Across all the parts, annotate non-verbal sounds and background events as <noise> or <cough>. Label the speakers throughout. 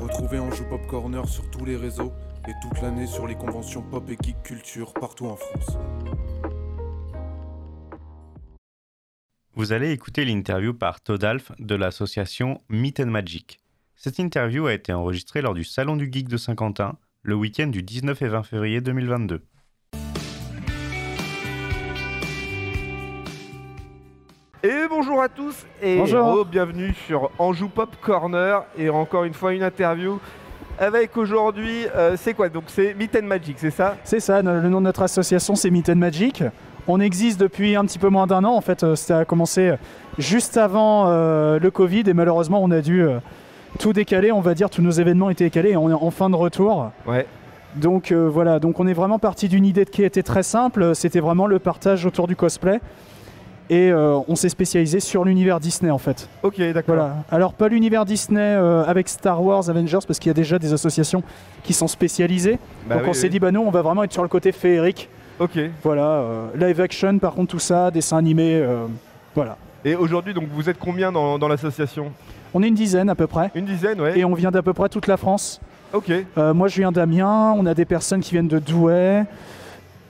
Speaker 1: Retrouvez Anjou Pop Corner sur tous les réseaux et toute l'année sur les conventions pop et geek culture partout en France.
Speaker 2: Vous allez écouter l'interview par Todalf de l'association Meet and Magic. Cette interview a été enregistrée lors du Salon du Geek de Saint-Quentin, le week-end du 19 et 20 février 2022.
Speaker 3: Et bonjour à tous et
Speaker 4: Bonjour.
Speaker 3: re- bienvenue sur Anjou Pop Corner et encore une fois une interview avec aujourd'hui, euh, c'est quoi Donc c'est Meet and Magic, c'est ça
Speaker 4: C'est ça, no- le nom de notre association c'est Meet and Magic. On existe depuis un petit peu moins d'un an, en fait euh, ça a commencé juste avant euh, le Covid et malheureusement on a dû euh, tout décaler, on va dire tous nos événements étaient décalés et on est en fin de retour.
Speaker 3: Ouais.
Speaker 4: Donc euh, voilà, donc on est vraiment parti d'une idée qui était très simple, c'était vraiment le partage autour du cosplay et euh, on s'est spécialisé sur l'univers Disney en fait.
Speaker 3: Ok, d'accord.
Speaker 4: Voilà. Alors pas l'univers Disney euh, avec Star Wars, Avengers, parce qu'il y a déjà des associations qui sont spécialisées.
Speaker 3: Bah
Speaker 4: Donc
Speaker 3: oui,
Speaker 4: on s'est
Speaker 3: oui.
Speaker 4: dit, bah nous, on va vraiment être sur le côté féerique.
Speaker 3: Ok.
Speaker 4: Voilà, euh, live action, par contre, tout ça, dessin animé, euh, voilà.
Speaker 3: Et aujourd'hui, donc vous êtes combien dans, dans l'association
Speaker 4: On est une dizaine à peu près,
Speaker 3: Une dizaine, ouais.
Speaker 4: et on vient d'à peu près toute la France.
Speaker 3: Ok.
Speaker 4: Euh, moi, je viens d'Amiens, on a des personnes qui viennent de Douai,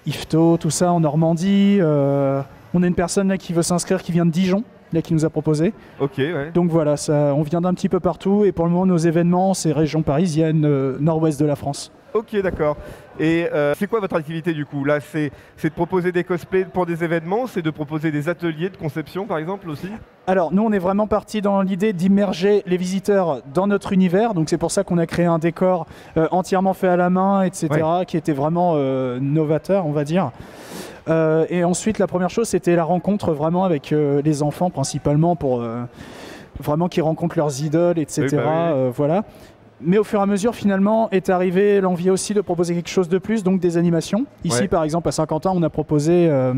Speaker 4: Yvetot, tout ça, en Normandie. euh, on a une personne là qui veut s'inscrire, qui vient de Dijon, là, qui nous a proposé.
Speaker 3: Ok, ouais.
Speaker 4: Donc voilà, ça, on vient d'un petit peu partout, et pour le moment, nos événements, c'est région parisienne, euh, nord-ouest de la France.
Speaker 3: Ok, d'accord. Et euh, c'est quoi votre activité du coup Là, c'est c'est de proposer des cosplays pour des événements, c'est de proposer des ateliers de conception par exemple aussi
Speaker 4: Alors, nous, on est vraiment parti dans l'idée d'immerger les visiteurs dans notre univers. Donc, c'est pour ça qu'on a créé un décor euh, entièrement fait à la main, etc., qui était vraiment euh, novateur, on va dire. Euh, et ensuite, la première chose, c'était la rencontre vraiment avec euh, les enfants, principalement, pour euh, vraiment qu'ils rencontrent leurs idoles, etc.
Speaker 3: Oui, bah oui.
Speaker 4: euh, voilà. Mais au fur et à mesure, finalement, est arrivé l'envie aussi de proposer quelque chose de plus, donc des animations. Ici,
Speaker 3: Ouais.
Speaker 4: par exemple, à Saint-Quentin, on a proposé euh,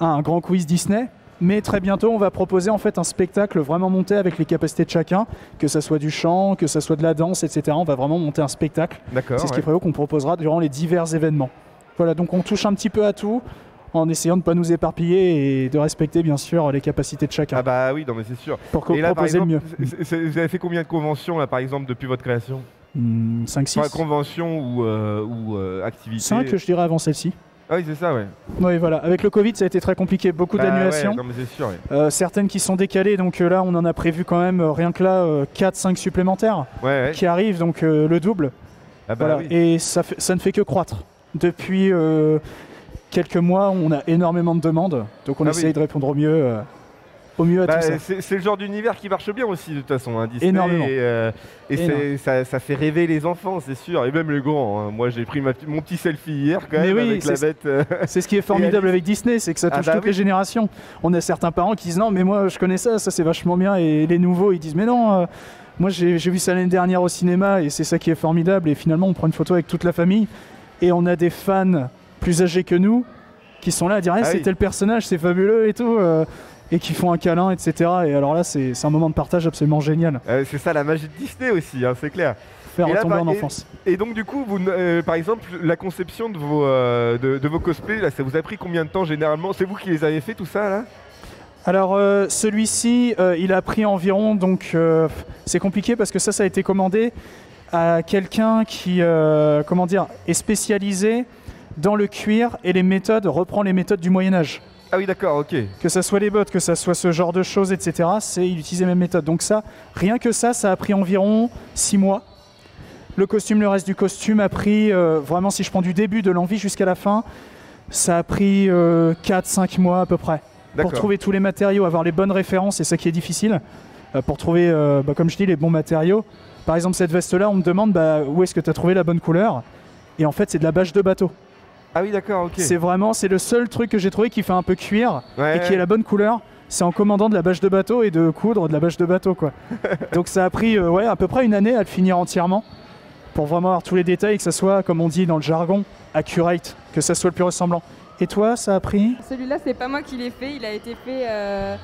Speaker 4: un grand quiz Disney. Mais très bientôt, on va proposer en fait un spectacle vraiment monté avec les capacités de chacun, que ça soit du chant, que ça soit de la danse, etc. On va vraiment monter un spectacle.
Speaker 3: D'accord.
Speaker 4: C'est ce
Speaker 3: Ah
Speaker 4: qui est
Speaker 3: ouais.
Speaker 4: prévu qu'on proposera durant les divers événements. Voilà, donc on touche un petit peu à tout en essayant de ne pas nous éparpiller et de respecter bien sûr les capacités de chacun
Speaker 3: Ah bah oui, non mais c'est sûr.
Speaker 4: pour qu'on
Speaker 3: Et là, par
Speaker 4: proposer le mieux.
Speaker 3: exemple, c'est- c'est- vous avez fait combien de conventions là par exemple depuis votre création
Speaker 4: 5,
Speaker 3: Enfin,
Speaker 4: 6,
Speaker 3: convention ou, euh, ou euh, activité.
Speaker 4: 5 je dirais avant celle-ci.
Speaker 3: Ah oui, c'est ça, ouais.
Speaker 4: Oui voilà, avec le Covid ça a été très compliqué, beaucoup
Speaker 3: Bah ouais,
Speaker 4: d'annulations.
Speaker 3: non, mais c'est sûr, ouais.
Speaker 4: Euh, certaines qui sont décalées, donc euh, là on en a prévu quand même euh, rien que là 4-5 supplémentaires
Speaker 3: Ouais, ouais.
Speaker 4: qui arrivent, donc euh, le double.
Speaker 3: Ah bah
Speaker 4: Voilà,
Speaker 3: oui.
Speaker 4: Et ça, fait- ça ne fait que croître. Depuis euh, quelques mois, on a énormément de demandes, donc on
Speaker 3: Ah
Speaker 4: essaye
Speaker 3: oui.
Speaker 4: de répondre au mieux, euh, au mieux à
Speaker 3: Bah,
Speaker 4: tout ça.
Speaker 3: c'est c'est le genre d'univers qui marche bien aussi, de toute façon. Hein, Disney,
Speaker 4: Énormément.
Speaker 3: Et, euh, et c'est-
Speaker 4: Énorme.
Speaker 3: ça, ça fait rêver les enfants, c'est sûr. Et même les grands. hein. Moi, j'ai pris ma petite- mon petit selfie hier, quand
Speaker 4: Mais
Speaker 3: même,
Speaker 4: oui,
Speaker 3: avec la
Speaker 4: c'est-
Speaker 3: bête. euh,
Speaker 4: C'est ce qui est formidable
Speaker 3: Alice.
Speaker 4: avec Disney, c'est que ça
Speaker 3: Ah
Speaker 4: touche
Speaker 3: bah
Speaker 4: toutes
Speaker 3: oui.
Speaker 4: les générations. On a certains parents qui disent non, mais moi je connais ça, ça c'est vachement bien, et les nouveaux ils disent mais non. euh, moi j'ai j'ai vu ça l'année dernière au cinéma et c'est ça qui est formidable et finalement on prend une photo avec toute la famille et on a des fans plus âgés que nous qui sont là à dire Eh,
Speaker 3: Ah
Speaker 4: c'est
Speaker 3: oui.
Speaker 4: tel personnage, c'est fabuleux et tout euh, et qui font un câlin etc. Et alors là c'est c'est un moment de partage absolument génial,
Speaker 3: euh, c'est ça la magie de Disney aussi, hein, c'est clair.
Speaker 4: faire
Speaker 3: Et là,
Speaker 4: retomber
Speaker 3: par-
Speaker 4: en
Speaker 3: et-
Speaker 4: enfance.
Speaker 3: Et donc, du coup, vous, ne- euh, par exemple, la conception de vos, euh, de, de vos cosplays, là, ça vous a pris combien de temps généralement C'est vous qui les avez fait, tout ça, là
Speaker 4: Alors euh, celui-ci, euh, il a pris environ, donc euh, c'est compliqué parce que ça, ça a été commandé à quelqu'un qui, euh, comment dire, est spécialisé dans le cuir et les méthodes, reprend les méthodes du Moyen Âge.
Speaker 3: Ah oui, d'accord, ok.
Speaker 4: Que ça soit les bottes, que ça soit ce genre de choses, etc. C'est il utilisait les mêmes méthodes. Donc ça, rien que ça, ça a pris environ 6 mois. Le costume, le reste du costume a pris, euh, vraiment si je prends du début de l'envie jusqu'à la fin, ça a pris 4-5 mois à peu près pour
Speaker 3: D'accord.
Speaker 4: trouver tous les matériaux, avoir les bonnes références, c'est ça qui est difficile, euh, pour trouver, euh, bah, comme je dis, les bons matériaux. Par exemple, cette veste-là, on me demande bah, où est-ce que tu as trouvé la bonne couleur. Et en fait, c'est de la bâche de bateau.
Speaker 3: Ah oui, d'accord, ok.
Speaker 4: C'est vraiment, c'est le seul truc que j'ai trouvé qui fait un peu cuir
Speaker 3: Ouais,
Speaker 4: et qui est la bonne couleur. C'est en commandant de la bâche de bateau et de coudre de la bâche de
Speaker 3: <laughs>
Speaker 4: bateau, quoi. Donc ça a pris, euh, ouais, à peu près une année à le finir entièrement pour vraiment avoir tous les détails, que ça soit, comme on dit dans le jargon, accurate, que ça soit le plus ressemblant. Et toi, ça a pris
Speaker 5: Celui-là, c'est pas moi qui l'ai fait, il a été fait euh,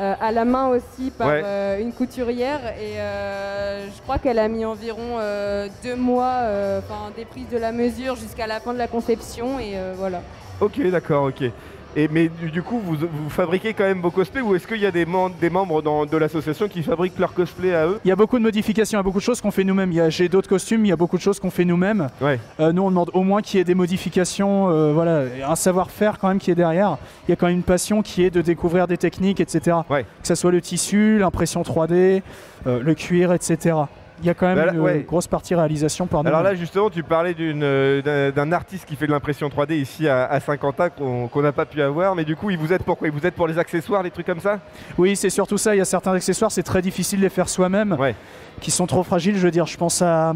Speaker 5: euh, à la main aussi par
Speaker 3: Ouais.
Speaker 5: euh, une couturière et euh, je crois qu'elle a mis environ euh, deux mois, euh, enfin, des prises de la mesure jusqu'à la fin de la conception et euh, voilà.
Speaker 3: Ok, d'accord, ok. Et, mais du du coup, vous, vous fabriquez quand même vos cosplays ou est-ce qu'il y a des, mem- des membres dans- de l'association qui fabriquent leurs cosplays à eux
Speaker 4: Il y a beaucoup de modifications, il y a beaucoup de choses qu'on fait nous-mêmes. Il y a- J'ai d'autres costumes, il y a beaucoup de choses qu'on fait nous-mêmes.
Speaker 3: Ouais.
Speaker 4: Euh, nous, on demande au moins qu'il y ait des modifications, euh, voilà, et un savoir-faire quand même qui est derrière. Il y a quand même une passion qui est de découvrir des techniques, etc.
Speaker 3: Ouais.
Speaker 4: Que ce soit le tissu, l'impression 3D, euh, le cuir, etc. Il y a quand même
Speaker 3: Bah là,
Speaker 4: une
Speaker 3: ouais.
Speaker 4: grosse partie réalisation par nous.
Speaker 3: Alors là, justement, tu parlais d'une, euh, d'un d'un artiste qui fait de l'impression 3D ici à, à Saint-Quentin qu'on qu'on n'a pas pu avoir, mais du coup, il vous aide pour quoi Il vous aide pour les accessoires, les trucs comme ça
Speaker 4: Oui, c'est surtout ça. Il y a certains accessoires, c'est très difficile de les faire soi-même,
Speaker 3: Ouais.
Speaker 4: qui sont trop fragiles. Je veux dire, je pense à.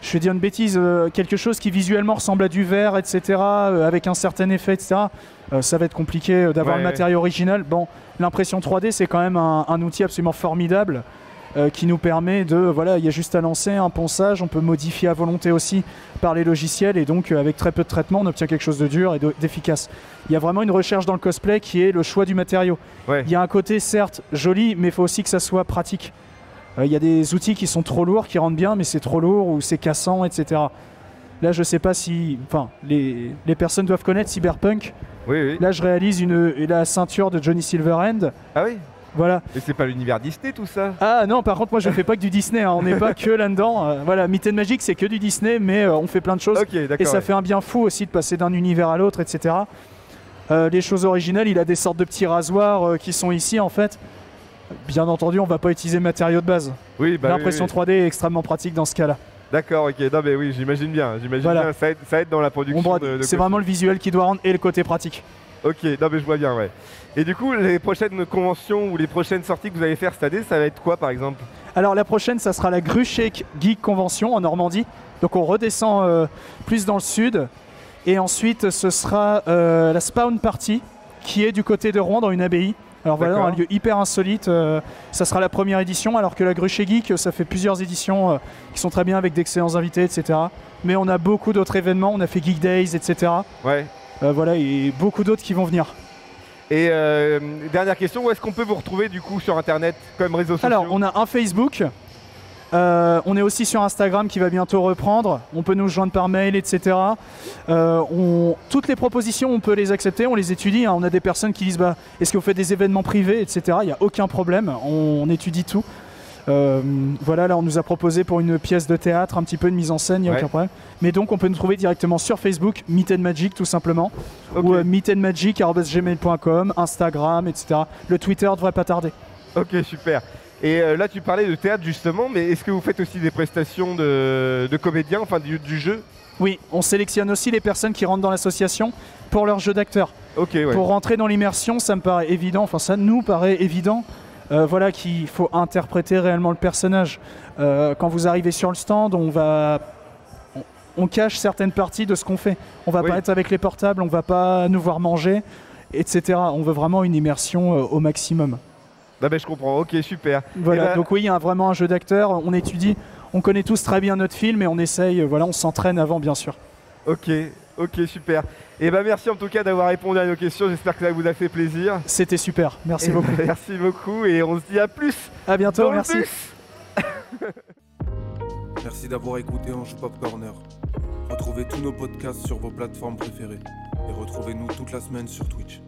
Speaker 4: Je vais dire une bêtise, euh, quelque chose qui visuellement ressemble à du verre, etc., euh, avec un certain effet, etc. euh, ça va être compliqué euh, d'avoir
Speaker 3: Ouais,
Speaker 4: le
Speaker 3: ouais.
Speaker 4: matériau original. Bon, l'impression 3D, c'est quand même un, un outil absolument formidable euh, qui nous permet de. Voilà, il y a juste à lancer un ponçage, on peut modifier à volonté aussi par les logiciels, et donc euh, avec très peu de traitement, on obtient quelque chose de dur et de- d'efficace. Il y a vraiment une recherche dans le cosplay qui est le choix du matériau.
Speaker 3: Ouais.
Speaker 4: Il y a un côté certes joli, mais il faut aussi que ça soit pratique. Euh, Il y a des outils qui sont trop lourds, qui rentrent bien, mais c'est trop lourd ou c'est cassant, etc. Là, je sais pas si, enfin, les, les personnes doivent connaître Cyberpunk.
Speaker 3: Oui, oui.
Speaker 4: Là, je réalise une, la ceinture de Johnny Silverhand.
Speaker 3: Ah oui
Speaker 4: Voilà.
Speaker 3: Mais c'est pas l'univers Disney tout ça
Speaker 4: Ah non, par contre, moi, je fais pas que du Disney. hein. On n'est pas que là-dedans. Euh, voilà, Mitten Magic, c'est que du Disney, mais euh, on fait plein de choses.
Speaker 3: Ok, d'accord.
Speaker 4: Et ça
Speaker 3: ouais.
Speaker 4: fait un bien fou aussi de passer d'un univers à l'autre, etc. Euh, les choses originales, il a des sortes de petits rasoirs euh, qui sont ici en fait. Bien entendu, on va pas utiliser le matériau de base.
Speaker 3: Oui, bah oui,
Speaker 4: L'impression
Speaker 3: oui.
Speaker 4: 3D est extrêmement pratique dans ce cas-là.
Speaker 3: D'accord, ok. Non, mais oui, j'imagine bien. J'imagine
Speaker 4: Voilà.
Speaker 3: bien. Ça aide, ça aide dans la
Speaker 4: On
Speaker 3: production.
Speaker 4: broie-
Speaker 3: de, de
Speaker 4: C'est vraiment le visuel qui doit rendre et le côté pratique.
Speaker 3: Ok, non, mais je vois bien, ouais. Et du coup, les prochaines conventions ou les prochaines sorties que vous allez faire cette année, ça va être quoi par exemple
Speaker 4: Alors la prochaine, ça sera la Gruchek Geek Convention en Normandie. Donc on redescend euh, plus dans le sud. Et ensuite, ce sera euh, la Spawn Party, qui est du côté de Rouen, dans une abbaye. Alors voilà,
Speaker 3: D'accord.
Speaker 4: un lieu hyper insolite. euh, ça sera la première édition, alors que la Gruchet Geek, euh, ça fait plusieurs éditions euh, qui sont très bien avec d'excellents invités, etc. Mais on a beaucoup d'autres événements. On a fait Geek Days, etc.
Speaker 3: Ouais.
Speaker 4: Euh, voilà, et beaucoup d'autres qui vont venir.
Speaker 3: Et euh, dernière question, où est-ce qu'on peut vous retrouver du coup sur internet comme réseau social
Speaker 4: Alors, on a un Facebook. Euh, on est aussi sur Instagram qui va bientôt reprendre. On peut nous joindre par mail, etc. Euh, on- Toutes les propositions, on peut les accepter, on les étudie. hein. On a des personnes qui disent bah, est-ce que vous faites des événements privés, etc. Il n'y a aucun problème, on, on étudie tout. Euh, voilà, là, on nous a proposé pour une pièce de théâtre, un petit peu de mise en scène, il n'y a
Speaker 3: Ouais.
Speaker 4: aucun problème. Mais donc, on peut nous trouver directement sur Facebook, Meet and Magic, tout simplement,
Speaker 3: Ok.
Speaker 4: ou euh, meetandmagic.gmail.com, Instagram, etc. Le Twitter devrait pas tarder.
Speaker 3: Ok, super. Et euh, là, tu parlais de théâtre justement, mais est-ce que vous faites aussi des prestations de, de comédiens, enfin du, du jeu
Speaker 4: Oui, on sélectionne aussi les personnes qui rentrent dans l'association pour leur jeu d'acteur.
Speaker 3: Ok, ouais.
Speaker 4: Pour rentrer dans l'immersion, ça me paraît évident, enfin ça nous paraît évident, euh, voilà qu'il faut interpréter réellement le personnage. Euh, quand vous arrivez sur le stand, on va... on- On cache certaines parties de ce qu'on fait. On va
Speaker 3: Oui.
Speaker 4: pas être avec les portables, on va pas nous voir manger, etc. On veut vraiment une immersion euh, au maximum.
Speaker 3: Non, mais je comprends. Ok, super.
Speaker 4: Voilà.
Speaker 3: Eh ben-
Speaker 4: Donc oui, il y a un- vraiment un jeu d'acteur. On étudie, on connaît tous très bien notre film et on essaye. euh, Voilà, on s'entraîne avant, bien sûr.
Speaker 3: Ok, ok, super. Et ben merci en tout cas d'avoir répondu à nos questions. J'espère que ça vous a fait plaisir.
Speaker 4: C'était super. Merci
Speaker 3: Eh ben,
Speaker 4: beaucoup.
Speaker 3: <laughs> Merci beaucoup et on se dit à plus.
Speaker 4: À bientôt,
Speaker 3: dans le
Speaker 4: merci.
Speaker 3: bus.
Speaker 1: Merci d'avoir écouté Ange Pop Corner. Retrouvez tous nos podcasts sur vos plateformes préférées et retrouvez-nous toute la semaine sur Twitch.